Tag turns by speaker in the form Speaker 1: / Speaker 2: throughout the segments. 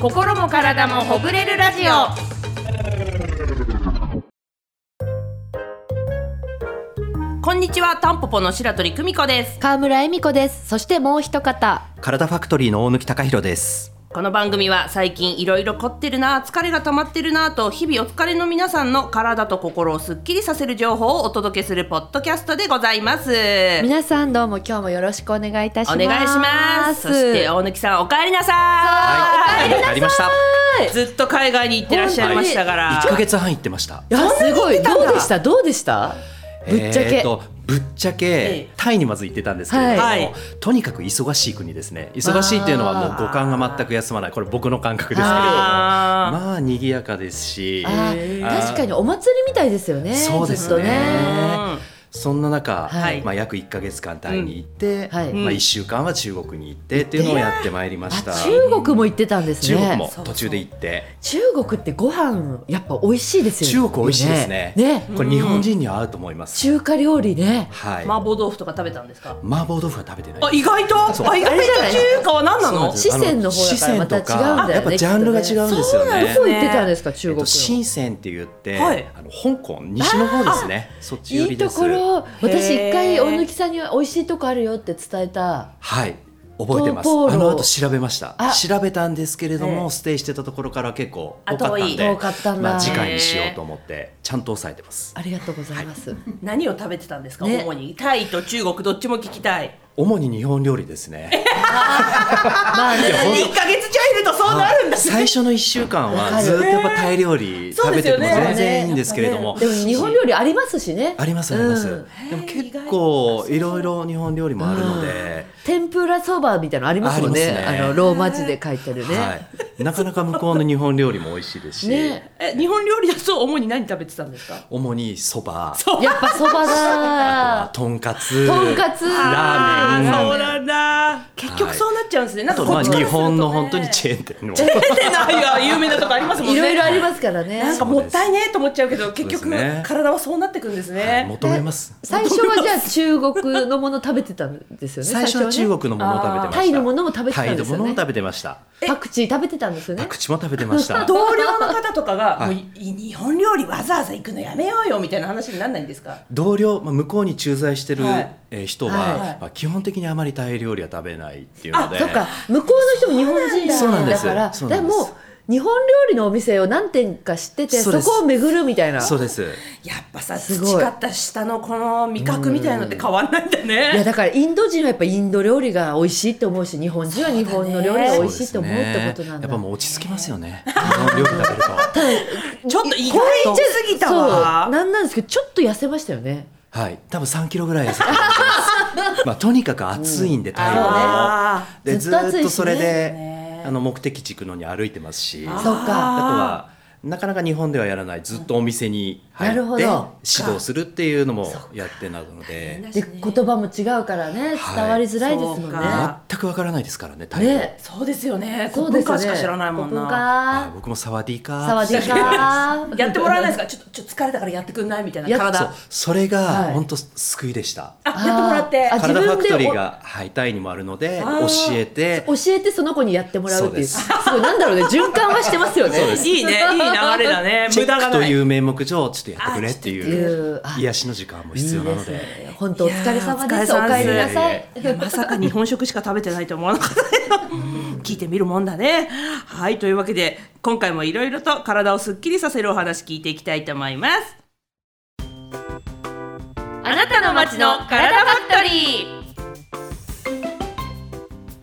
Speaker 1: 心も体もほぐれるラジオこんにちはタンポポの白鳥久美子です
Speaker 2: 川村恵美子ですそしてもう一方
Speaker 3: 体ファクトリーの大貫貴弘です。
Speaker 1: この番組は最近いろいろ凝ってるな疲れが溜まってるなと日々お疲れの皆さんの体と心をすっきりさせる情報をお届けするポッドキャストでございます
Speaker 2: 皆さんどうも今日もよろしくお願いいたしま
Speaker 1: お
Speaker 2: す
Speaker 1: 願いしますそして大貫さんお帰りなさ
Speaker 3: はい、帰りました。
Speaker 1: いずっと海外に行ってらっしゃいましたから
Speaker 3: 一ヶ月半行ってました。
Speaker 4: いやすごいどうでしたどうでしたぶっちゃけ、
Speaker 3: えーとぶっちゃけ
Speaker 1: え
Speaker 3: タイにまず行ってたんですけれども、
Speaker 1: はい
Speaker 3: とにかく忙しい国ですね忙しいっていうのはもう五感が全く休まないこれ僕の感覚ですけれども
Speaker 1: あー
Speaker 3: まあ賑やかですし
Speaker 4: あー確かにお祭りみたいですよね
Speaker 3: そうです
Speaker 4: ずっと
Speaker 3: ね
Speaker 1: うん
Speaker 3: そんな中、
Speaker 1: はい
Speaker 3: まあ、約1か月間タイに行って、
Speaker 4: うんはい
Speaker 3: まあ、1週間は中国に行ってっていうのをやってまいりました、
Speaker 4: あ中国も行ってたんです
Speaker 3: 中
Speaker 4: ね
Speaker 3: 国も
Speaker 1: そうそう
Speaker 3: 途中で行って、
Speaker 4: 中国ってご飯やっぱ美味しいですよね
Speaker 3: 中国美味しいですね
Speaker 4: ね
Speaker 3: これ日本人には合うと思います、
Speaker 4: 中華料理ね
Speaker 3: はい
Speaker 1: 麻婆豆腐とか食べたんですか
Speaker 3: 麻婆豆腐は食べてない
Speaker 1: あ意外と
Speaker 3: そう
Speaker 1: あ意外と中華は何な
Speaker 3: そうなん
Speaker 1: の
Speaker 3: ですよ
Speaker 4: 四川の方だからまた違うんだよね
Speaker 3: 四川とかやっぱジャンルが違うんですよね
Speaker 4: どこ行ってたんですか中
Speaker 3: えっ
Speaker 4: 国
Speaker 3: と、
Speaker 4: の
Speaker 3: 深センって言って、
Speaker 1: はい
Speaker 3: あの香港西の方ですねそっち寄
Speaker 4: い
Speaker 3: り
Speaker 4: い
Speaker 3: で
Speaker 4: と
Speaker 3: す
Speaker 4: ころ私
Speaker 1: へー
Speaker 4: 一回大貫さんに美味しいとこあるよって伝えた
Speaker 3: はい覚えてます
Speaker 4: ポーポー
Speaker 3: あ
Speaker 4: ロ
Speaker 3: の後調べました
Speaker 4: あ
Speaker 3: 調べたんですけれども、
Speaker 1: ええ
Speaker 3: ステイしてたところから結構
Speaker 1: あ
Speaker 3: 多かったんで
Speaker 4: 遠い遠かったんだ
Speaker 3: まあ、次回にしようと思ってちゃんと押さえてます
Speaker 4: ありがとうございます、
Speaker 1: 何を食べてたんですか、
Speaker 4: ね
Speaker 1: 主にタイと中国どっちも聞きたい
Speaker 3: 主に日本料理ですね
Speaker 4: まあね
Speaker 3: ほんと
Speaker 1: 1ヶ月ちょいいるとそうなるんだね
Speaker 3: 最初の1週間はずっとやっぱタイ料理
Speaker 1: そう
Speaker 3: 食
Speaker 1: ですよ
Speaker 3: べてて
Speaker 1: ね
Speaker 3: も全然いいんですけれども、
Speaker 4: でも日本料理ありますしね
Speaker 3: ありますあります、
Speaker 4: うん
Speaker 3: でも結構いろいろ日本料理もあるので、
Speaker 4: 天ぷらそばみたいなのありますもんね
Speaker 3: あります
Speaker 4: あ
Speaker 3: ね
Speaker 4: のローマ字で書いてるね、
Speaker 3: はい、なかなか向こうの日本料理も美味しいですし、
Speaker 4: ね
Speaker 1: え日本料理だと主に何食べてたんですか
Speaker 3: 主にそば
Speaker 4: やっぱそば
Speaker 3: あ
Speaker 4: だ
Speaker 3: とんかつ
Speaker 4: とんかつ
Speaker 3: ラーメン
Speaker 1: あーそうなんだ結局そうなっちゃうんですね、
Speaker 3: あ
Speaker 1: なん
Speaker 3: と
Speaker 1: かこ
Speaker 3: まあ
Speaker 1: っちから
Speaker 3: 日
Speaker 1: するとね
Speaker 3: 本の本当にチェーン店の
Speaker 1: 出てないや有名なとこありますもんね
Speaker 4: いろいろありますからね
Speaker 1: なんかもったいねえと思っちゃうけど結
Speaker 3: です
Speaker 1: 局
Speaker 3: ね
Speaker 1: 体はそうなってくんですね、
Speaker 3: 求めます
Speaker 4: 最初はじゃあ中国のもの食べてたんですよね
Speaker 3: 最初は中国のものを食べてました
Speaker 4: タイのものも食べてた
Speaker 3: タ
Speaker 4: ん
Speaker 3: イ
Speaker 4: で
Speaker 3: の
Speaker 4: す
Speaker 3: も
Speaker 4: よ
Speaker 3: のを
Speaker 4: ね
Speaker 3: 食べてました
Speaker 4: パクチー食べてたんですよね
Speaker 3: パクチーも食べてました
Speaker 1: 同僚の方とかが、
Speaker 3: はい
Speaker 1: もうい日本料理わざわざ行くのやめようよみたいな話になんないんですか
Speaker 3: 同僚、まあ、向こうに駐在してる
Speaker 1: はい
Speaker 3: えー人は、
Speaker 4: はい
Speaker 3: まあ、基本的にあまりタイ料理は食べないっていうので
Speaker 4: そっか向こうの人も日本人だ
Speaker 3: そうなんです
Speaker 4: だから
Speaker 3: そう
Speaker 4: だ
Speaker 3: な
Speaker 4: から
Speaker 3: んです
Speaker 4: もう日本料理のお店を何店か知ってて
Speaker 3: そ
Speaker 4: そう
Speaker 3: です
Speaker 4: こを巡るみたいな
Speaker 3: そうです
Speaker 1: やっぱさ
Speaker 4: すごい
Speaker 1: 培った下のこの味覚みたいのって変わんないんだ
Speaker 4: いや
Speaker 1: ね
Speaker 4: だからインド人はやっぱインド料理が美味しいと思うし日本人は日本の料理が美味しいと思うってことなん
Speaker 3: そうですね
Speaker 4: だ
Speaker 3: やっぱもう落ち着きますよね日本料理食べると
Speaker 1: ちょっと意外とすぎたわ
Speaker 4: そうなんなんですけどちょっと痩せましたよね
Speaker 3: はい、多分3キロぐらい痩せてると思います。まあとにかく暑いんで体温も、
Speaker 1: あ
Speaker 3: で
Speaker 4: ず
Speaker 3: ず
Speaker 4: っと暑いしね
Speaker 3: ーっとそれで、あの目的地行くのに歩いてますし、あ
Speaker 4: そうか
Speaker 3: とはなかなか日本ではやらないずっとお店に入っ
Speaker 4: なるほ
Speaker 3: て
Speaker 4: ど
Speaker 3: 指導するっていうのもやってなので
Speaker 4: で言葉も違うからね
Speaker 3: はい
Speaker 4: 伝わりづらいですもんね
Speaker 1: そうか
Speaker 3: 全くわからないですからね体温、
Speaker 4: ね
Speaker 1: そうですよね
Speaker 4: そう
Speaker 1: 国
Speaker 4: で
Speaker 1: 文
Speaker 4: すね
Speaker 1: 化しか知らないもん
Speaker 4: ここ
Speaker 1: な
Speaker 3: あ
Speaker 4: か
Speaker 3: 僕もサワディーカー
Speaker 4: サワディーカー
Speaker 1: やってもらえないですかちょっとちょっと疲れたからやってくんないみたいな
Speaker 4: や
Speaker 3: そう
Speaker 1: 体
Speaker 3: そ
Speaker 4: は
Speaker 3: れが
Speaker 4: い
Speaker 3: 本当救いでした、
Speaker 1: あやってもらって
Speaker 4: あー
Speaker 3: 体
Speaker 4: 自
Speaker 3: ファ
Speaker 4: 分で
Speaker 3: クトリーが、はい、タイにもあるので
Speaker 1: あー
Speaker 3: 教えて
Speaker 4: 教えてその子にやってもらうっていうす
Speaker 3: そ
Speaker 4: ご
Speaker 3: う
Speaker 4: いなんだろうね循環はしてますよね
Speaker 3: そうです
Speaker 1: いいねいい流れだね
Speaker 3: チェ
Speaker 1: 無駄
Speaker 3: ッ
Speaker 1: が
Speaker 3: クと
Speaker 1: ないいう
Speaker 3: 名目上ちょっとやってくれって
Speaker 4: って
Speaker 3: い
Speaker 4: いううあ
Speaker 3: 癒しの時間も必要なので
Speaker 4: ね本当お疲れ様です
Speaker 1: い
Speaker 4: お
Speaker 1: やーお疲れ様です
Speaker 4: 帰りなさい
Speaker 1: いやまさか日本食しか食べてないと思わなかったよ聞いてみるもんだねはいというわけで今回もいろいろと体をすっきりさせるお話聞いていきたいと思いますあなたの街の体ファクトリー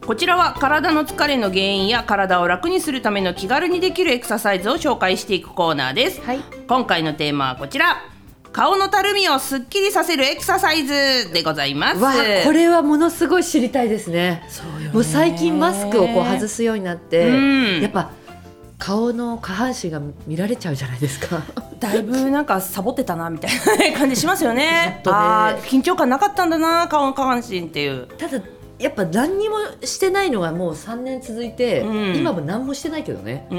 Speaker 1: こちらは体の疲れの原因や体を楽にするための気軽にできるエクササイズを紹介していくコーナーです、
Speaker 4: はい
Speaker 1: 今回のテーマはこちら顔のたるみをすっきりさせるエクササイズでございます
Speaker 4: わあこれはものすごい知りたいですね
Speaker 1: そうよ
Speaker 4: もう最近マスクをこう外すようになって、
Speaker 1: うん
Speaker 4: やっぱ顔の下半身が見られちゃうじゃないですか
Speaker 1: だいぶなんかサボってたなみたいな感じしますよ ね
Speaker 4: ちょっとね
Speaker 1: あー緊張感なかったんだな顔の下半身っていう
Speaker 4: ただやっぱ何にもしてないのがもう3年続いて、
Speaker 1: うん
Speaker 4: 今も何もしてないけどね、
Speaker 1: た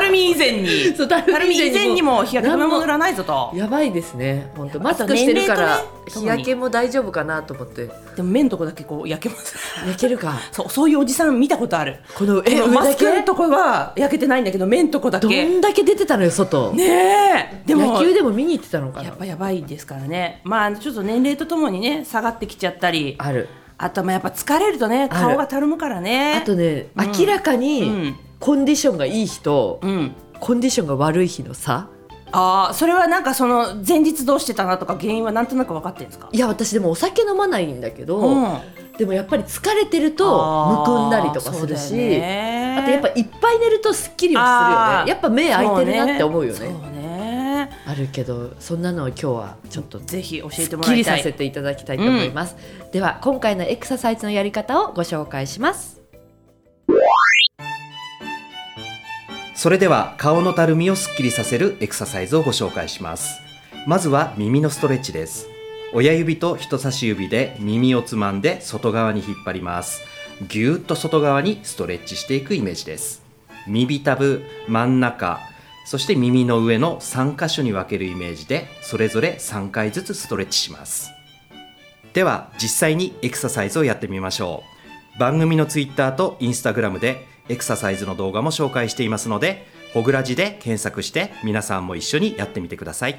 Speaker 1: るみ以前に
Speaker 4: そうたるみ以前にも
Speaker 1: たるみ以前にも日焼け止めも塗らないぞと
Speaker 4: やばいですね本当マス
Speaker 1: あと
Speaker 4: クしてるから、
Speaker 1: 年齢とね
Speaker 4: 日焼けも大丈夫かなと思って
Speaker 1: でも目のとこだけこう焼けます。
Speaker 4: 焼けるか
Speaker 1: そうそういうおじさん見たことある。
Speaker 4: この
Speaker 1: こ
Speaker 4: え
Speaker 1: の
Speaker 4: 上
Speaker 1: マ
Speaker 4: だ
Speaker 1: スク
Speaker 4: け
Speaker 1: のとこは焼けてないんだけど目のとこだ
Speaker 4: ど
Speaker 1: け。
Speaker 4: んだけ出てたのよ外、
Speaker 1: ねえでも
Speaker 4: 野球でも見に行ってたのか
Speaker 1: や
Speaker 4: な
Speaker 1: っぱやばいですからね。まあちょっと年齢とともにね下がってきちゃったり、
Speaker 4: ある
Speaker 1: あとはまあやっぱ疲れるとね
Speaker 4: ある
Speaker 1: 顔がたるむからね。
Speaker 4: あとね、
Speaker 1: うん
Speaker 4: 明らか
Speaker 1: う
Speaker 4: に
Speaker 1: ん
Speaker 4: コンディションがいい日と、
Speaker 1: うん。
Speaker 4: コンディションが悪い日の差
Speaker 1: ああそれはなんかその前日どうしてたなとか原因はなんとなく分かってるんですか。
Speaker 4: いや私でもお酒飲まないんだけど、
Speaker 1: うん。
Speaker 4: でもやっぱり疲れてるとむくんだりとかする
Speaker 1: あー
Speaker 4: し
Speaker 1: そうだよね
Speaker 4: あとやっぱいっぱい寝るとすっきりはするよねやっぱ目開いてるなって思うよね
Speaker 1: そうね。
Speaker 4: あるけどそんなのは今日はちょっと
Speaker 1: ぜひ教え
Speaker 4: す
Speaker 1: て
Speaker 4: っ
Speaker 1: も
Speaker 4: き
Speaker 1: らい
Speaker 4: り
Speaker 1: た
Speaker 4: さ
Speaker 1: い。
Speaker 4: せていただきたいと思います、では今回のエクササイズのやり方をご紹介します
Speaker 3: それでは顔のたるみをすっきりさせるエクササイズをご紹介しますまずは耳のストレッチです親指と人差し指で耳をつまんで外側に引っ張りますぎゅーっと外側にストレッチしていくイメージです耳たぶ真ん中そして耳の上の3箇所に分けるイメージでそれぞれ3回ずつストレッチしますでは実際にエクササイズをやってみましょう番組のツイッターとインスタグラムでエクササイズの動画も紹介していますのでほぐらじで検索して皆さんも一緒にやってみてください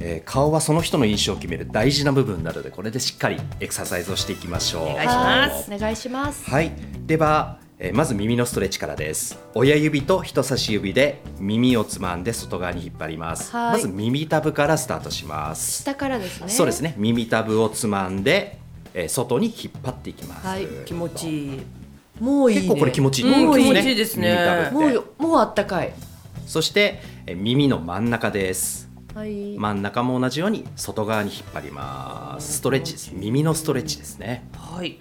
Speaker 3: えー顔はその人の印象を決める大事な部分なのでこれでしっかりエクササイズをしていきましょう
Speaker 1: お願いします
Speaker 2: はいお願いします
Speaker 3: はい、では、えーまず耳のストレッチからです。親指と人差し指で耳をつまんで外側に引っ張ります。
Speaker 2: はい
Speaker 3: まず耳たぶからスタートします。
Speaker 2: 下からですね
Speaker 3: そうですね、耳たぶをつまんで、えー外に引っ張っていきます。
Speaker 2: はい
Speaker 1: 気持ちいい。
Speaker 4: もういい、ね、
Speaker 3: 結構これ気持ちいい
Speaker 1: うん
Speaker 3: です
Speaker 1: 気
Speaker 3: ね
Speaker 1: 持ちいいですね
Speaker 3: 耳たぶって
Speaker 4: もうよもうあったかい
Speaker 3: そして、えー耳の真ん中です。
Speaker 2: はい
Speaker 3: 真ん中も同じように外側に引っ張ります。ストレッチです。耳のストレッチですね。
Speaker 1: はい。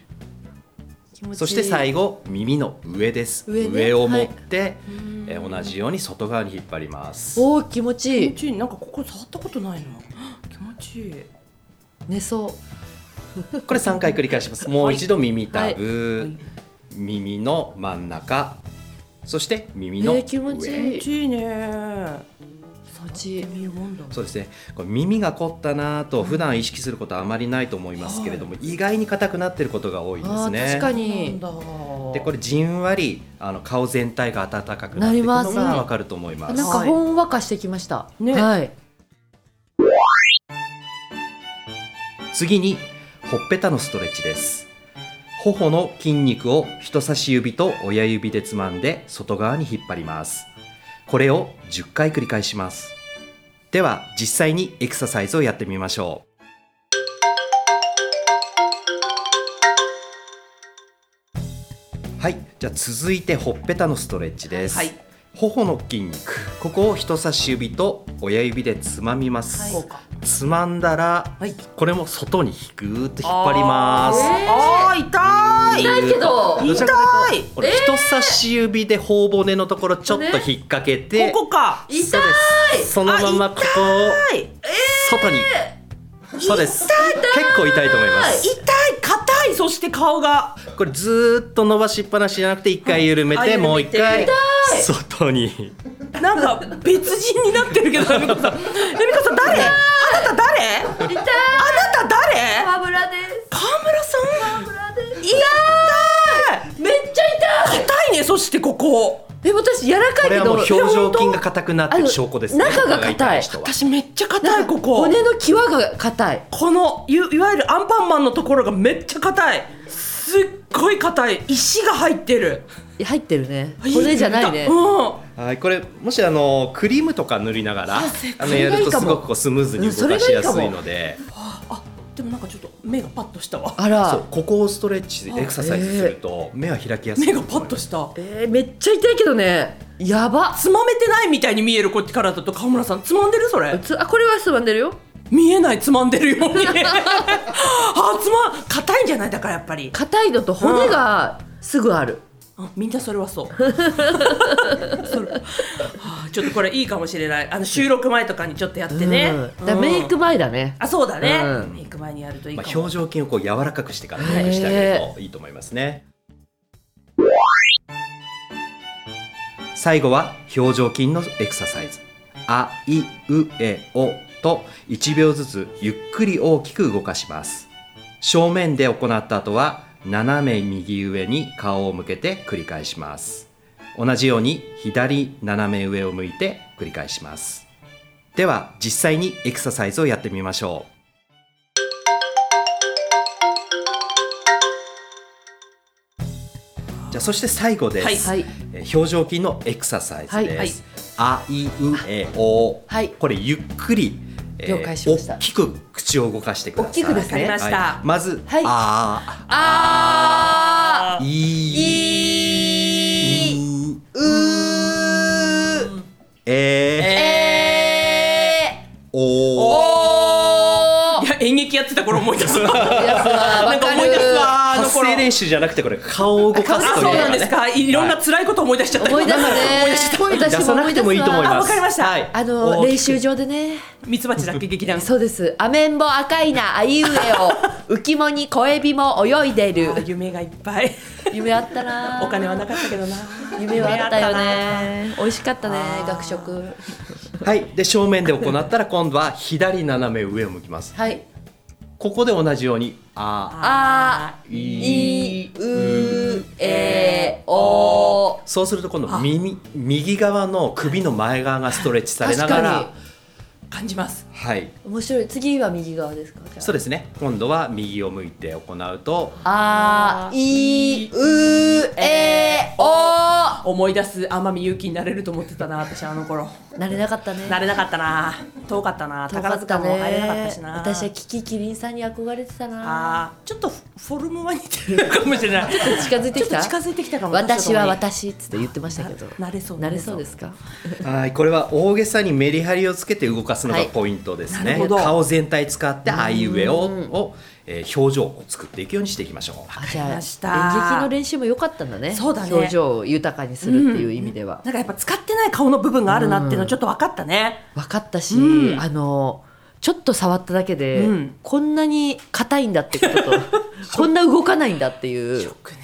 Speaker 2: 気持ちいい
Speaker 3: そして最後耳の上です上,、
Speaker 2: 上ね
Speaker 3: を持って、えー同じように外側に引っ張ります
Speaker 4: おお気持ちい
Speaker 1: 気持
Speaker 4: い
Speaker 1: ちいい。なんかここ触ったことないの。気持ちいい。
Speaker 4: 寝そう
Speaker 3: これ3回繰り返しますもう一度耳たぶ、
Speaker 1: はい
Speaker 3: 耳の真ん中そして耳の上、
Speaker 4: えー気持ちい
Speaker 1: 気持
Speaker 4: い
Speaker 1: ちいいね。
Speaker 4: 気持ちいい
Speaker 1: 耳温度。
Speaker 3: そうですねこれ耳が凝ったなぁと普段意識することはあまりないと思いますけれども、意外に硬くなってることが多いんです
Speaker 4: あー
Speaker 3: ね
Speaker 4: 確か
Speaker 1: なん
Speaker 4: に
Speaker 1: だ。
Speaker 3: でこれじんわりあの顔全体が温かくなっ
Speaker 4: な
Speaker 3: て
Speaker 4: り
Speaker 3: いくの
Speaker 4: ます
Speaker 3: がわかると思いま
Speaker 4: なん
Speaker 3: す
Speaker 4: かほんわかしてきました、
Speaker 1: ね
Speaker 4: はい
Speaker 3: 次にほっぺたのストレッチです頬の筋肉を人差し指と親指でつまんで外側に引っ張りますこれを10回繰り返しますでは実際にエクササイズをやってみましょうはいじゃあ続いてほっぺたのストレッチです、
Speaker 1: はい
Speaker 3: 頬の筋肉ここを人差し指と親指でつまみます、
Speaker 1: そうか。
Speaker 3: つまんだら、
Speaker 1: はい
Speaker 3: これも外にひぐーっと引っ張ります。
Speaker 1: あーあー痛い。
Speaker 4: 痛いけど
Speaker 3: どちらかというとこれ人差し指で頬骨のところちょっと引っ掛けて、
Speaker 1: ここか。
Speaker 4: 痛い
Speaker 3: そうですそのままここを
Speaker 1: 痛い。
Speaker 3: 外に、そうです結構痛いと思います
Speaker 1: 痛い硬いそして顔が。
Speaker 3: これずーっと伸ばしっぱなしじゃなくて一回緩め
Speaker 1: あ
Speaker 3: て
Speaker 1: 緩めて
Speaker 3: もう一回
Speaker 1: 痛
Speaker 3: 外に
Speaker 1: なんか別人になってるけど、エミコさん。エミコさん誰？あなた誰？あな
Speaker 2: 痛い
Speaker 1: た誰？
Speaker 2: 川村です
Speaker 1: 川村さ
Speaker 2: 川
Speaker 1: ん。
Speaker 2: 村です
Speaker 1: 痛い。
Speaker 4: めっちゃ痛い
Speaker 1: 痛いね。そしてここ。
Speaker 4: え私柔らか
Speaker 3: こ
Speaker 4: いけ
Speaker 3: れは
Speaker 4: ど
Speaker 3: もう表情筋が硬くなってる証拠ですね
Speaker 4: あの中が硬い
Speaker 3: ここ痛人は
Speaker 1: 私めっちゃ硬
Speaker 4: なん
Speaker 1: い
Speaker 4: か
Speaker 1: ここ。
Speaker 4: 骨の際が硬い
Speaker 1: このいいわゆるアンパンマンのところがめっちゃ硬いすっごい硬い石が入ってる
Speaker 4: 入ってるね骨じゃないね
Speaker 1: うん
Speaker 3: はい、これもしあのクリームとか塗りながらあのやるとすごくこうスムーズに動かしやすいので、
Speaker 1: あでもなんかちょっと目がパッとしたわ
Speaker 4: あ
Speaker 3: そう
Speaker 4: ら
Speaker 3: ここをストレッチエクササイズすると目は開きやすい
Speaker 1: 目
Speaker 3: と
Speaker 1: が
Speaker 3: 思います。
Speaker 1: パッとした
Speaker 4: えー、めっちゃ痛いけどねやば
Speaker 1: つまめてないみたいに見えるこっちからだと川村さんつまんでるそれ
Speaker 4: つあこれはすばんでるよ
Speaker 1: 見えないつまんでるように あつまん硬いんじゃないだからやっぱり
Speaker 4: 硬いのと骨がすぐある、
Speaker 1: あみんなそれはそう それはあちょっとこれいいかもしれないあの収録前とかにちょっとやってね、
Speaker 4: うんだからメイク前だね、
Speaker 1: あそうだね、
Speaker 4: うん
Speaker 1: メイク前にやるといいか
Speaker 3: ま
Speaker 1: も、
Speaker 3: あ、表情筋をこう柔らかくしてからねしてあげるといいと思いますね。最後は表情筋のエクササイズあいうえおと1秒ずつゆっくり大きく動かします正面で行った後は斜め右上に顔を向けて繰り返します同じように左斜め上を向いて繰り返しますでは実際にエクササイズをやってみましょうじゃあそして最後です、
Speaker 1: はい
Speaker 4: はい
Speaker 3: えー表情筋のエクササイズ
Speaker 4: はいはい
Speaker 3: です。あいうえお、
Speaker 4: はい
Speaker 3: これゆっくり、え
Speaker 4: 了解しました
Speaker 3: 大きく口を動かしてください。
Speaker 4: 大きくです
Speaker 1: ねわかりました
Speaker 3: はいまず、
Speaker 4: はい
Speaker 3: あ
Speaker 4: あ
Speaker 3: ーいいう
Speaker 4: ー
Speaker 3: えー
Speaker 4: え
Speaker 3: お
Speaker 4: お
Speaker 1: いや演劇やってた頃思い出すわ
Speaker 4: いやさ
Speaker 1: な
Speaker 4: わ
Speaker 1: んか
Speaker 4: か
Speaker 1: 思い出す
Speaker 4: る
Speaker 1: わあの
Speaker 3: 発
Speaker 1: 頃
Speaker 3: 声練習じゃなくてこれ顔を動かす
Speaker 1: あ
Speaker 3: とい
Speaker 1: そうう
Speaker 3: のがね
Speaker 1: なんですかいろんな辛いこと思い出しちゃった
Speaker 4: 思い 出すね私
Speaker 3: 出さなくてもいいと思い
Speaker 4: わ
Speaker 3: ます。
Speaker 1: あわかりました
Speaker 3: はい
Speaker 4: あの
Speaker 3: 大きく
Speaker 4: 練習場でね
Speaker 1: ミツバチだけ劇団
Speaker 4: そうですアメンボ赤いなあいうえを浮きもに小エビも泳いでる
Speaker 1: あ夢がいっ ぱい
Speaker 4: 夢あったな
Speaker 1: お金はなかったけどな
Speaker 4: 夢はあったよ
Speaker 1: 夢あっ
Speaker 4: ね美味しかったね
Speaker 1: あー
Speaker 4: 学食
Speaker 3: はい、で正面で行ったら今度は左斜め上を向きます。
Speaker 4: はい
Speaker 3: ここで同じように
Speaker 4: あ
Speaker 3: あい
Speaker 4: いうえお
Speaker 3: そうすると今度耳右側の首の前側がストレッチされなが
Speaker 4: 確
Speaker 3: ら
Speaker 4: か
Speaker 1: 感じます
Speaker 3: はい
Speaker 4: 面白い次は右側ですかじゃあ
Speaker 3: そうですね今度は右を向いて行うと
Speaker 4: あいうえお
Speaker 1: 思い出す天海祐希になれると思ってたな私あの頃
Speaker 4: なれなかったね
Speaker 1: なれなかったな遠かったな
Speaker 4: 遠
Speaker 1: 宝塚も入れなかったしな
Speaker 4: 私はキキキリンさんに憧れてたな
Speaker 1: あーちょっとフフォルムは似てるかもしれないちょっ
Speaker 4: 近づいてきた
Speaker 1: と近づいてきたかも
Speaker 4: 私は
Speaker 1: 確か
Speaker 4: 私っつって言ってましたけど
Speaker 1: ななれそう
Speaker 4: なれそうですか
Speaker 3: はいこれは大げさにメリハリをつけて動かすのが
Speaker 4: はい
Speaker 3: ポイントです
Speaker 1: な
Speaker 3: ね、
Speaker 1: るほど
Speaker 3: 顔全体使ってあいうえおを、えー表情を作っていくようにしていきましょう
Speaker 4: あじゃあ
Speaker 1: ま
Speaker 4: 演
Speaker 1: し
Speaker 4: 劇
Speaker 1: た
Speaker 4: の練習も良かったんだね
Speaker 1: そうだね
Speaker 4: 表情を豊かにするっていう意味では
Speaker 1: に、なんかやっぱ使ってない顔の部分があるなっていうのちょっと分かったね、
Speaker 4: 分かったし、
Speaker 1: うん
Speaker 4: あのちょっと触っただけで、
Speaker 1: うん
Speaker 4: こんなに硬いんだってことと こんな動かないんだっていう
Speaker 1: 僕ね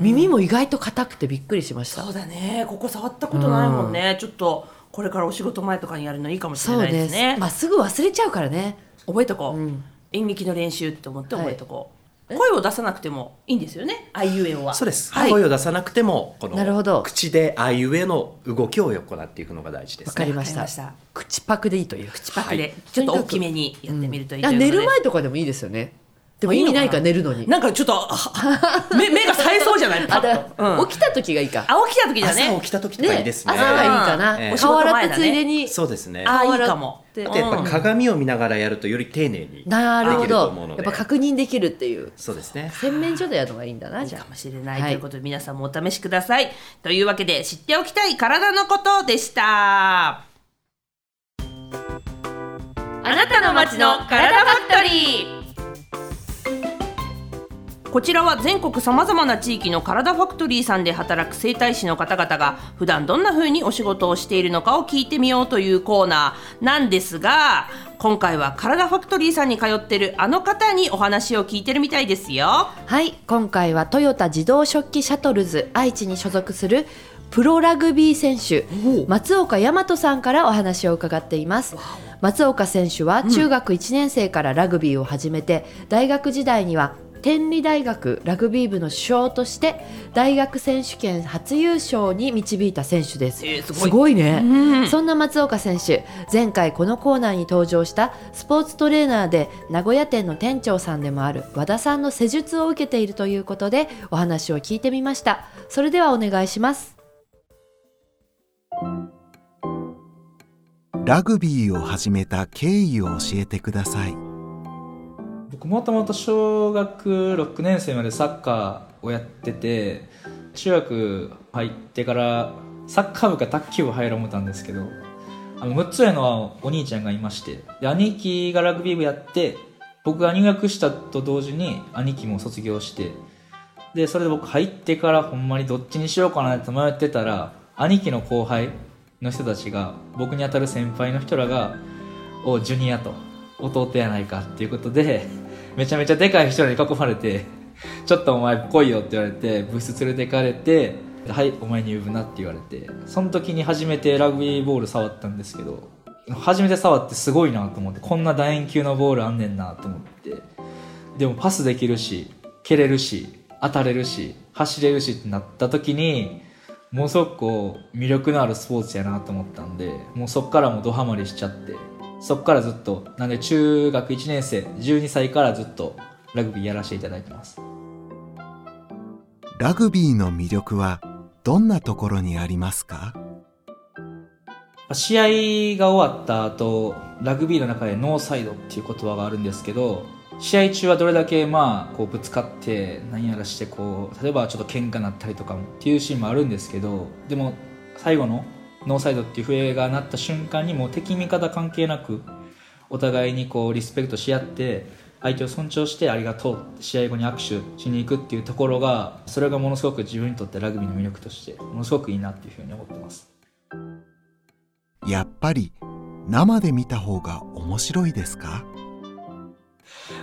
Speaker 4: 耳も意外と硬くてびっくりしました
Speaker 1: そうだねここ触ったことないもんね、ちょっとこれからお仕事前とかにやるのいいかもしれないですね
Speaker 4: まあ、すぐ忘れちゃうからね
Speaker 1: 覚えとこう、
Speaker 4: うん
Speaker 1: 演劇の練習って思って覚えとこう、声を出さなくてもいいんですよねあいうえおは
Speaker 3: そうです、
Speaker 1: はい、
Speaker 3: 声を出さなくてもこ
Speaker 4: なるほど
Speaker 3: の口であいうえの動きを行っていくのが大事で
Speaker 4: わ
Speaker 3: す
Speaker 4: か
Speaker 3: ね
Speaker 4: りまし
Speaker 1: わかり
Speaker 4: た
Speaker 1: ました
Speaker 4: 口パクでいいという
Speaker 1: 口パクで、
Speaker 3: はい
Speaker 1: ちょっと大きめにやってみるといいと
Speaker 4: あ
Speaker 1: いうこと
Speaker 4: 寝
Speaker 1: で
Speaker 4: る前とかでもいいですよねでも意味ないから寝るのに
Speaker 1: なんかちょっと あ目目が冴えそうじゃないパッ
Speaker 4: あだ
Speaker 1: と、うん、
Speaker 4: 起きた時がいいか
Speaker 1: あ起きた時だ
Speaker 3: 朝
Speaker 1: ね
Speaker 3: 起きた時とかいいですね
Speaker 4: 朝がいいかな、
Speaker 3: ええ
Speaker 4: 顔洗ってついでに
Speaker 3: そうですね
Speaker 1: あいいかも
Speaker 4: で
Speaker 3: あとやっぱ鏡を見ながらやるとより丁寧に
Speaker 4: なるほ
Speaker 3: できると
Speaker 4: ど
Speaker 3: 思うの
Speaker 4: や
Speaker 3: で
Speaker 4: っぱ確認できるっていう
Speaker 3: そうですね
Speaker 4: 洗面所でやるのがいいんだなじゃ
Speaker 1: か
Speaker 4: あ
Speaker 1: もしれない、
Speaker 4: はい
Speaker 1: ということで皆さんもお試しくださいというわけで知っておきたい体のことでしたあなたの街の体ファクトリーこちらは全国さまざまな地域の体ファクトリーさんで働く整体師の方々が普段どんな風にお仕事をしているのかを聞いてみようというコーナーなんですが今回は体ファクトリーさんに通ってるあの方にお話を聞いてるみたいですよ。
Speaker 4: はい今回はトヨタ自動食器シャトルズ愛知に所属するプロラグビー選手松岡大和さんからお話を伺っています松岡選手は中学1年生からラグビーを始めて、大学時代には天理大学ラグビー部の主将として大学選手権初優勝に導いた選手です、
Speaker 1: えーすごい
Speaker 4: すごいね、
Speaker 1: うん
Speaker 4: そんな松岡選手前回このコーナーに登場したスポーツトレーナーで名古屋店の店長さんでもある和田さんの施術を受けているということでお話を聞いてみましたそれではお願いします
Speaker 5: ラグビーを始めた経緯を教えてください
Speaker 6: 僕もともと小学6年生までサッカーをやってて中学入ってからサッカー部か卓球部入ろう思ったんですけどあの6つ上のお兄ちゃんがいましてで兄貴がラグビー部やって僕が入学したと同時に兄貴も卒業してでそれで僕入ってからほんまにどっちにしようかなって迷ってたら兄貴の後輩の人たちが僕に当たる先輩の人らが「おうジュニア」と「弟やないか」っていうことでめちゃめちゃでかい人らに囲まれて「ちょっとお前来いよ」って言われて部室連れてかれてではいお前に呼ぶなって言われてその時に初めてラグビーボール触ったんですけど初めて触ってすごいなと思ってこんな楕円球のボールあんねんなと思ってでもパスできるし蹴れるし当たれるし走れるしってなった時にものすごくこう魅力のあるスポーツやなと思ったんでもうそっからもうドハマりしちゃってそっからずっとなんで中学1年生12歳からずっとラグビーやらせていただいてます
Speaker 5: ラグビーの魅力はどんなところにありますか
Speaker 6: 試合が終わった後ラグビーの中でノーサイドっていう言葉があるんですけど試合中はどれだけまあこうぶつかって何やらしてこう例えばちょっと喧嘩になったりとかもっていうシーンもあるんですけどでも最後のノーサイドっていう笛が鳴った瞬間にもう敵味方関係なくお互いにこうリスペクトし合って相手を尊重してありがとうって試合後に握手しに行くっていうところがそれがものすごく自分にとってラグビーの魅力としてものすごくいいなっていうふうに思ってます。
Speaker 5: やっぱり生で見た方が面白いですか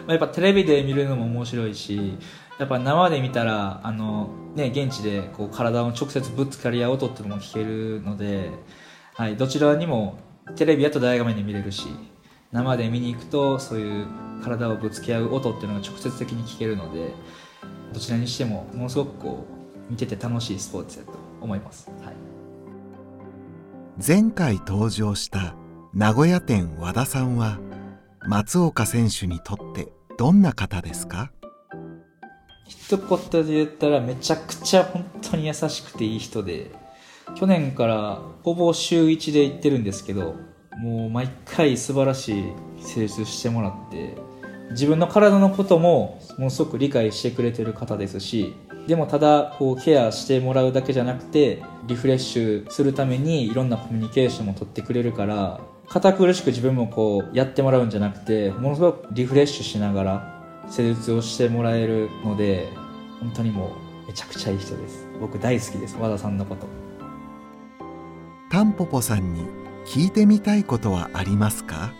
Speaker 6: まあ、やっぱテレビで見るのも面白いしやっぱ生で見たらあの、ね、現地でこう体を直接ぶつかり合う音っていうのも聞けるので、はい、どちらにもテレビやと大画面で見れるし生で見に行くとそういう体をぶつけ合う音っていうのが直接的に聞けるのでどちらにしてもものすごくこう見てて楽しいスポーツだと思います。はい
Speaker 5: 前回登場した名古屋店和田さんは松岡選手にとってどんな方ですか
Speaker 6: 一言で言ったらめちゃくちゃ本当に優しくていい人で去年からほぼ週1で行ってるんですけどもう毎回素晴らしい施術してもらって自分の体のこともものすごく理解してくれてる方ですしでもただこうケアしてもらうだけじゃなくてリフレッシュするためにいろんなコミュニケーションも取ってくれるから堅苦しく自分もこうやってもらうんじゃなくてものすごくリフレッシュしながら施術をしてもらえるので本当にもうめちゃくちゃいい人です僕大好きです和田さんのこと
Speaker 5: タンポポさんに聞いてみたいことはありますか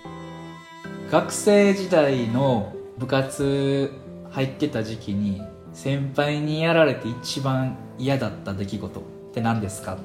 Speaker 6: 学生時代の部活入ってた時期に先輩にやられて一番嫌だった出来事って何ですか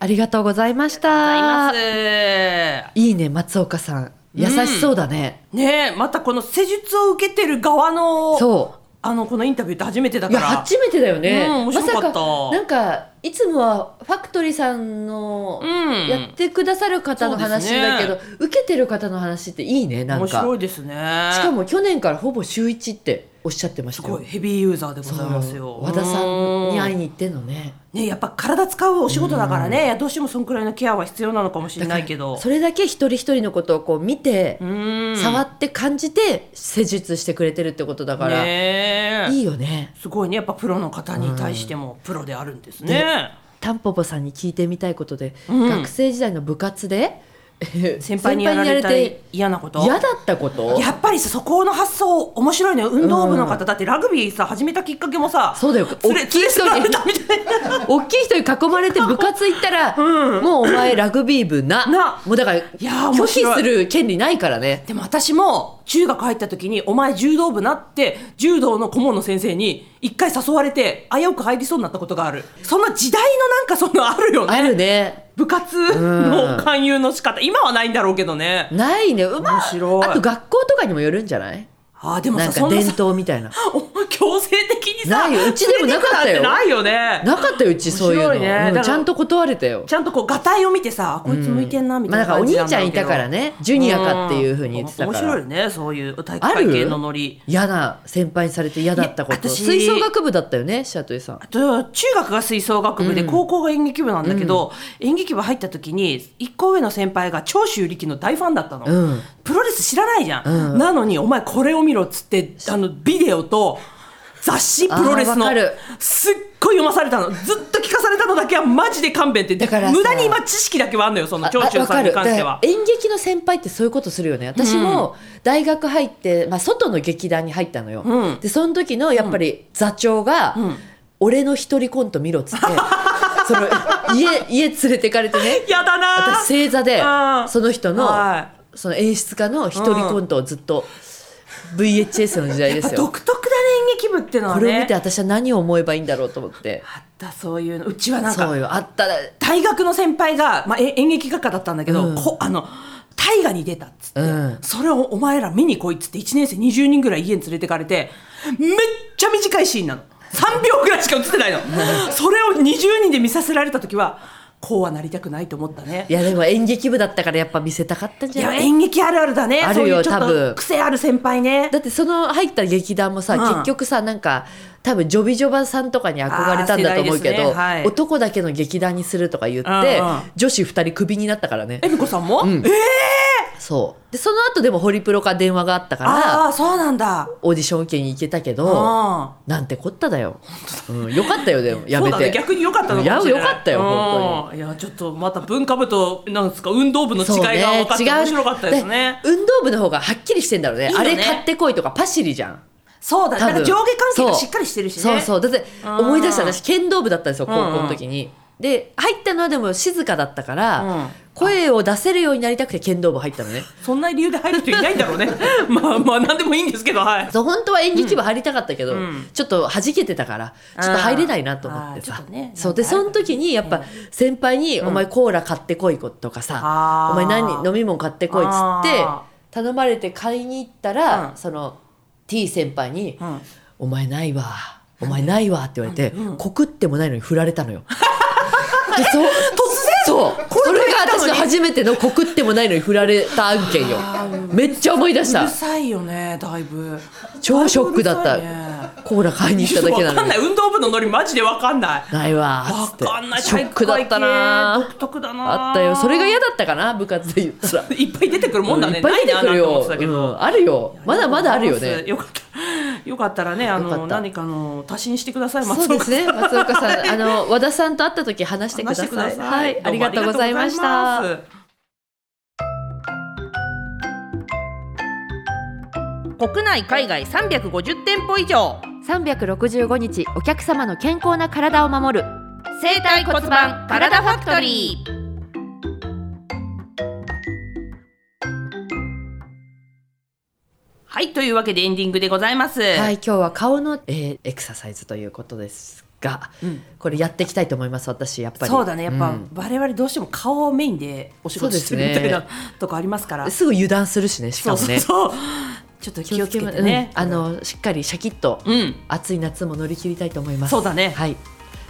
Speaker 4: ありがとうございました
Speaker 1: ありがとうございます
Speaker 4: いいね松岡さん優しそうだね、
Speaker 1: ねえまたこの施術を受けてる側の
Speaker 4: そ
Speaker 1: あのこのインタビューって初めてだ
Speaker 4: うい
Speaker 1: か
Speaker 4: や
Speaker 1: ら
Speaker 4: 初めてだよね、
Speaker 1: うん面
Speaker 4: ま
Speaker 1: 白
Speaker 4: さ
Speaker 1: か
Speaker 4: か
Speaker 1: った
Speaker 4: なんかいつもはファクトリーさんの
Speaker 1: うん
Speaker 4: やってくださる方の話だけど、受けてる方の話っていいねなん
Speaker 1: 面白
Speaker 4: か
Speaker 1: いですね
Speaker 4: し
Speaker 1: し
Speaker 4: かも去年からほぼ週一っておっしゃってまし
Speaker 1: す
Speaker 4: たよ
Speaker 1: ごいヘビーユーザーでございますよ
Speaker 4: そう和田さんに会い
Speaker 1: うん
Speaker 4: に行ってんのね
Speaker 1: ねやっぱ体使うお仕事だからねいやどうしてもそんくらいのケアは必要なのかもしれないけど
Speaker 4: それだけ一人一人のことをこう見て、
Speaker 1: うん
Speaker 4: 触って感じて施術してくれてるってことだから、
Speaker 1: ねえ
Speaker 4: いいよね
Speaker 1: すごいねやっぱプロの方に対してもプロであるんですね、
Speaker 4: タンポポさんに聞いてみたいことで、
Speaker 1: うん
Speaker 4: 学生時代の部活で
Speaker 1: 先輩にやられた嫌なこと
Speaker 4: 嫌だったこと
Speaker 1: やっぱりさそこの発想面白いね運動部の方だってラグビーさ始めたきっかけもさ
Speaker 4: そうだよ
Speaker 1: 連れ連れ去られたみたいな
Speaker 4: 大きい人に囲まれて部活行っ たら、もうお前ラグビー部な
Speaker 1: な
Speaker 4: もうだから
Speaker 1: や
Speaker 4: 拒
Speaker 1: 面
Speaker 4: 否
Speaker 1: 白い
Speaker 4: する権利ないからね
Speaker 1: でも私も中学入った時に「お前柔道部な」って柔道の顧問の先生に一回誘われて危うく入りそうになったことがあるその時代のなんかそのあるよね
Speaker 4: あるね
Speaker 1: 部活の勧誘の仕方今はないんだろうけどね
Speaker 4: ないねうまい
Speaker 1: 面白い
Speaker 4: あと学校とかにもよるんじゃない
Speaker 1: あーでも
Speaker 4: な
Speaker 1: さ
Speaker 4: ん
Speaker 1: そ
Speaker 4: か
Speaker 1: んな
Speaker 4: 伝
Speaker 1: さ
Speaker 4: 統みたいな
Speaker 1: お強制的にさ
Speaker 4: ないようちでもなかった
Speaker 1: 連れ
Speaker 4: よ
Speaker 1: てくなんてないよね
Speaker 4: なかったようちそういうの、
Speaker 1: 面白いねだか
Speaker 4: う
Speaker 1: ら
Speaker 4: んちゃんと断れたよ
Speaker 1: ちゃんとこうがたいを見てさあこいつ向いてんなみたいな
Speaker 4: まあ
Speaker 1: 感
Speaker 4: だからお
Speaker 1: じな
Speaker 4: 兄
Speaker 1: ん
Speaker 4: ち
Speaker 1: だろうけど
Speaker 4: ゃんいたからねジュニアかっていうふうに言ってたから
Speaker 1: 面白いねそういう体育
Speaker 4: あ
Speaker 1: 会
Speaker 4: る
Speaker 1: 系のノリ
Speaker 4: 嫌な先輩にされて嫌だったこと
Speaker 1: いや私
Speaker 4: 吹奏楽部だったよねシャトイさん
Speaker 1: あと中学が吹奏楽部で高校が演劇部なんだけど、演劇部入った時に一個上の先輩が長州力の大ファンだったの、
Speaker 4: うん
Speaker 1: プロレス知らないじゃん、
Speaker 4: うん
Speaker 1: なのにお前これを見ろっつってあのビデオと雑誌プロレス
Speaker 4: あーわ
Speaker 1: の
Speaker 4: かる
Speaker 1: すっごい読まされたのずっと聞かされたのだけはマジで勘弁って
Speaker 4: だからさ
Speaker 1: 無駄に今知識だけはあんのよその
Speaker 4: あ
Speaker 1: 長州
Speaker 4: あわ
Speaker 1: さ
Speaker 4: か
Speaker 1: んに
Speaker 4: る
Speaker 1: 関しては
Speaker 4: だから演劇の先輩ってそういうことするよね私も大学入って、まあ、外の劇団に入ったのよ、
Speaker 1: うん
Speaker 4: でその時のやっぱり座長が、
Speaker 1: ん
Speaker 4: 俺の一人コント見ろ」っつって その家家連れてかれて ね
Speaker 1: やだなー
Speaker 4: 私正座で
Speaker 1: うん
Speaker 4: その人の
Speaker 1: はい
Speaker 4: その演出家の一人コントをずっと VHS の時代ですよ
Speaker 1: 独特だね演劇部ってのは
Speaker 4: こ
Speaker 1: ね
Speaker 4: れを見て私は何を思えばいいんだろうと思って
Speaker 1: あったそういうのうちはなん
Speaker 4: そ
Speaker 1: か
Speaker 4: うよあったら
Speaker 1: 大学の先輩が、まあ、え演劇学科だったんだけど、
Speaker 4: うん
Speaker 1: こあの大河に出たっつって、
Speaker 4: うん
Speaker 1: それをお前ら見に来いっつって1年生20人ぐらい家に連れてかれてめっちゃ短いシーンなの3秒ぐらいしか映って ないのそれを20人で見させられた時はこうはなりたくないと思ったね
Speaker 4: いやでも演劇部だったからやっぱ見せたかったん
Speaker 1: い
Speaker 4: じゃ
Speaker 1: や
Speaker 4: ない
Speaker 1: 演劇あるあるだね
Speaker 4: あるよ
Speaker 1: そういうちょっ
Speaker 4: 多分
Speaker 1: と癖ある先輩ね
Speaker 4: だってその入った劇団もさ、
Speaker 1: うん
Speaker 4: 結局さなんか多分ジョビジョバさんとかに憧れたんだと思うけ
Speaker 1: あー世代ですね
Speaker 4: ど、
Speaker 1: はい
Speaker 4: 男だけの劇団にするとか言って、
Speaker 1: うんうん
Speaker 4: 女子2人クビになったからね
Speaker 1: 恵美子さんも、え
Speaker 4: そうでその後でもホリプロから電話があったから
Speaker 1: ああそうなんだ
Speaker 4: オーディション受けに行けたけど
Speaker 1: あ
Speaker 4: なんてこっただよ、うん、よかったよ でも
Speaker 1: ー
Speaker 4: や
Speaker 1: そう
Speaker 4: め
Speaker 1: だね
Speaker 4: て
Speaker 1: 逆に良かったのかもしれない
Speaker 4: いや良かったよ本
Speaker 1: 当にいやちょっとまた文化部となんですか運動部の違いが分かって、
Speaker 4: そうね違う
Speaker 1: 面白かったですね
Speaker 4: 運動部の方がはっきりしてんだろうね
Speaker 1: いいよ
Speaker 4: あ
Speaker 1: ね
Speaker 4: れ買ってこいとかパシリじゃん
Speaker 1: そうだねなんか上下関係
Speaker 4: そう
Speaker 1: がしっかりしてるしね
Speaker 4: そうそうだって
Speaker 1: うん
Speaker 4: 思い出した私剣道部だったんですよ高校の時に、で入ったのはでも静かだったから、
Speaker 1: うん
Speaker 4: 声を出せるようになりたくて剣道部入ったのね
Speaker 1: そんな理由で入る人いないんだろう ねまあまあ何でもいいんですけどはい
Speaker 4: そう本当は演劇部入りたかったけど、
Speaker 1: うんうん
Speaker 4: ちょっと弾けてたからちょっと入れないなと思って
Speaker 1: あー
Speaker 4: さ
Speaker 1: あーちょっとね
Speaker 4: そうで
Speaker 1: なんかある
Speaker 4: その時にやっぱ先輩に「お前コーラ買ってこい」とかさ
Speaker 1: あ
Speaker 4: 「
Speaker 1: ー
Speaker 4: お前何飲み物買ってこい」っつって
Speaker 1: あ
Speaker 4: 頼まれて買いに行ったら、
Speaker 1: うん
Speaker 4: その T 先輩に「
Speaker 1: うん
Speaker 4: お前ないわお前ないわって言われて、告ってもないのに振られ たのよでそ突然そうそれが私の初めての告ってもないのに振られた案件よめっちゃ思い出し
Speaker 1: うる
Speaker 4: た
Speaker 1: さいよねだいぶ
Speaker 4: 超ショックだった
Speaker 1: だいぶうるさいね
Speaker 4: コーラ買いに行っただけな
Speaker 1: わか
Speaker 4: の
Speaker 1: ん
Speaker 4: に
Speaker 1: ない 運動部のノリマジでわかんない
Speaker 4: ないわー
Speaker 1: わ
Speaker 4: っつって
Speaker 1: かんない
Speaker 4: ショックだったな
Speaker 1: 独特だな
Speaker 4: あったよそれが嫌だったかな部活で言ったら
Speaker 1: いっぱい出てく るもんだ
Speaker 4: い
Speaker 1: ね
Speaker 4: っぱい出てくる
Speaker 1: ないななんて思っ
Speaker 4: よ
Speaker 1: てたけど、
Speaker 4: うんあるよまだまだあるよね
Speaker 1: よかった。よかったらね、あ
Speaker 4: よかっ
Speaker 1: の、
Speaker 4: た
Speaker 1: 何かの足しにしてください。松
Speaker 4: そう
Speaker 1: 岡さん
Speaker 4: ですね松岡さんあ の和田さんと会った時話してくだ
Speaker 1: 話し
Speaker 4: さ
Speaker 1: て
Speaker 4: い
Speaker 1: ください。
Speaker 4: はいありがとうございまし
Speaker 1: どうも
Speaker 4: た
Speaker 1: ありがとうございます。国内海外350店舗以上
Speaker 4: 365日お客様の健康な体を守る
Speaker 1: 生体骨盤
Speaker 4: カラダファクトリ
Speaker 1: ーはいというわけでエンディングでございます、
Speaker 4: はい今日は顔の、えーエクササイズということですが、
Speaker 1: うん
Speaker 4: これやっていきたいと思います私やっぱり
Speaker 1: そうだねやっぱ、
Speaker 4: うん
Speaker 1: 我々どうしても顔をメインでお仕事して
Speaker 4: そう
Speaker 1: る
Speaker 4: で
Speaker 1: み
Speaker 4: すね
Speaker 1: たいなとこありますから
Speaker 4: すぐ油断するしねしか
Speaker 1: そう
Speaker 4: も
Speaker 1: そ
Speaker 4: ね
Speaker 1: うそうちょっと気をつけてね、
Speaker 4: うんあのしっかりシャキッと、
Speaker 1: うん
Speaker 4: 暑い夏も乗り切りたいと思います
Speaker 1: そうだね
Speaker 4: はい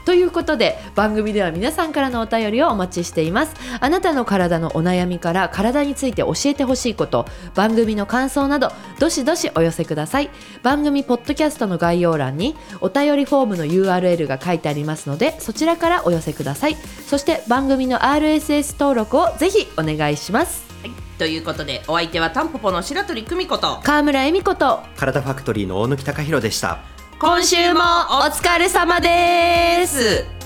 Speaker 4: ということで番組では皆さんからのお便りをお待ちしていますあなたの体のお悩みから体について教えてほしいこと番組の感想などどしどしお寄せください番組ポッドキャストの概要欄にお便りフォームの URL が書いてありますのでそちらからお寄せくださいそして番組の RSS 登録をぜひお願いします
Speaker 1: ということでお相手はタンポポの白鳥久美子と
Speaker 4: 川村恵美子と
Speaker 3: 体ファクトリーの大貫貴弘でした
Speaker 4: 今週もお疲れ様です
Speaker 1: す